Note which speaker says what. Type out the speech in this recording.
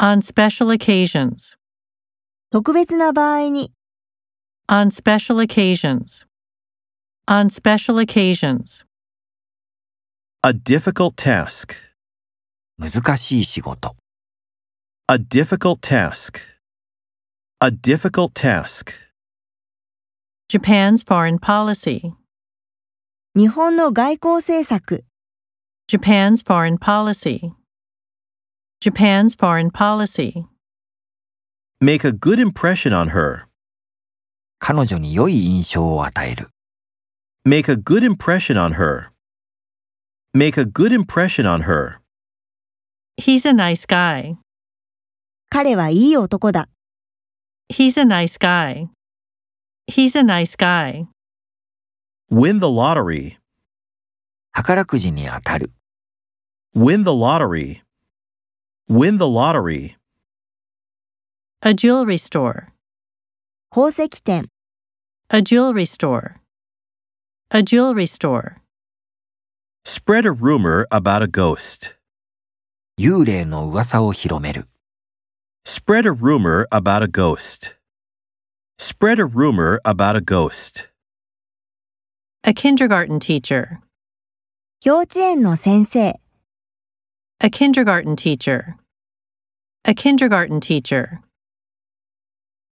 Speaker 1: on special occasions,
Speaker 2: 特別な場合に、
Speaker 1: on special occasions, on special occasions.
Speaker 3: A difficult task.
Speaker 4: 難しい仕事
Speaker 3: A difficult task. A difficult task.
Speaker 1: Japan's foreign policy,
Speaker 2: 日本の外交政策、
Speaker 1: Japan's foreign policy, Japan's foreign policy.
Speaker 3: Make a good impression on her.
Speaker 4: 彼女に良い印象を与える
Speaker 3: Make a good impression on her. Make a good impression on her.
Speaker 1: He's a nice guy.
Speaker 2: 彼はいい男だ。
Speaker 1: He's a nice guy. He's a nice guy.
Speaker 3: Win the lottery.
Speaker 4: 宝くじに当たる
Speaker 3: Win the lottery. Win the lottery.
Speaker 1: A jewelry store,
Speaker 2: 宝石店、
Speaker 1: a jewelry store, a jewelry store.
Speaker 3: Spread a rumor about a ghost.
Speaker 4: 幽霊の噂を広める
Speaker 3: Spread a rumor about a ghost. Spread a rumor about a ghost.
Speaker 1: A kindergarten teacher,
Speaker 2: 幼稚園の先生。
Speaker 1: a kindergarten teacher, a kindergarten teacher.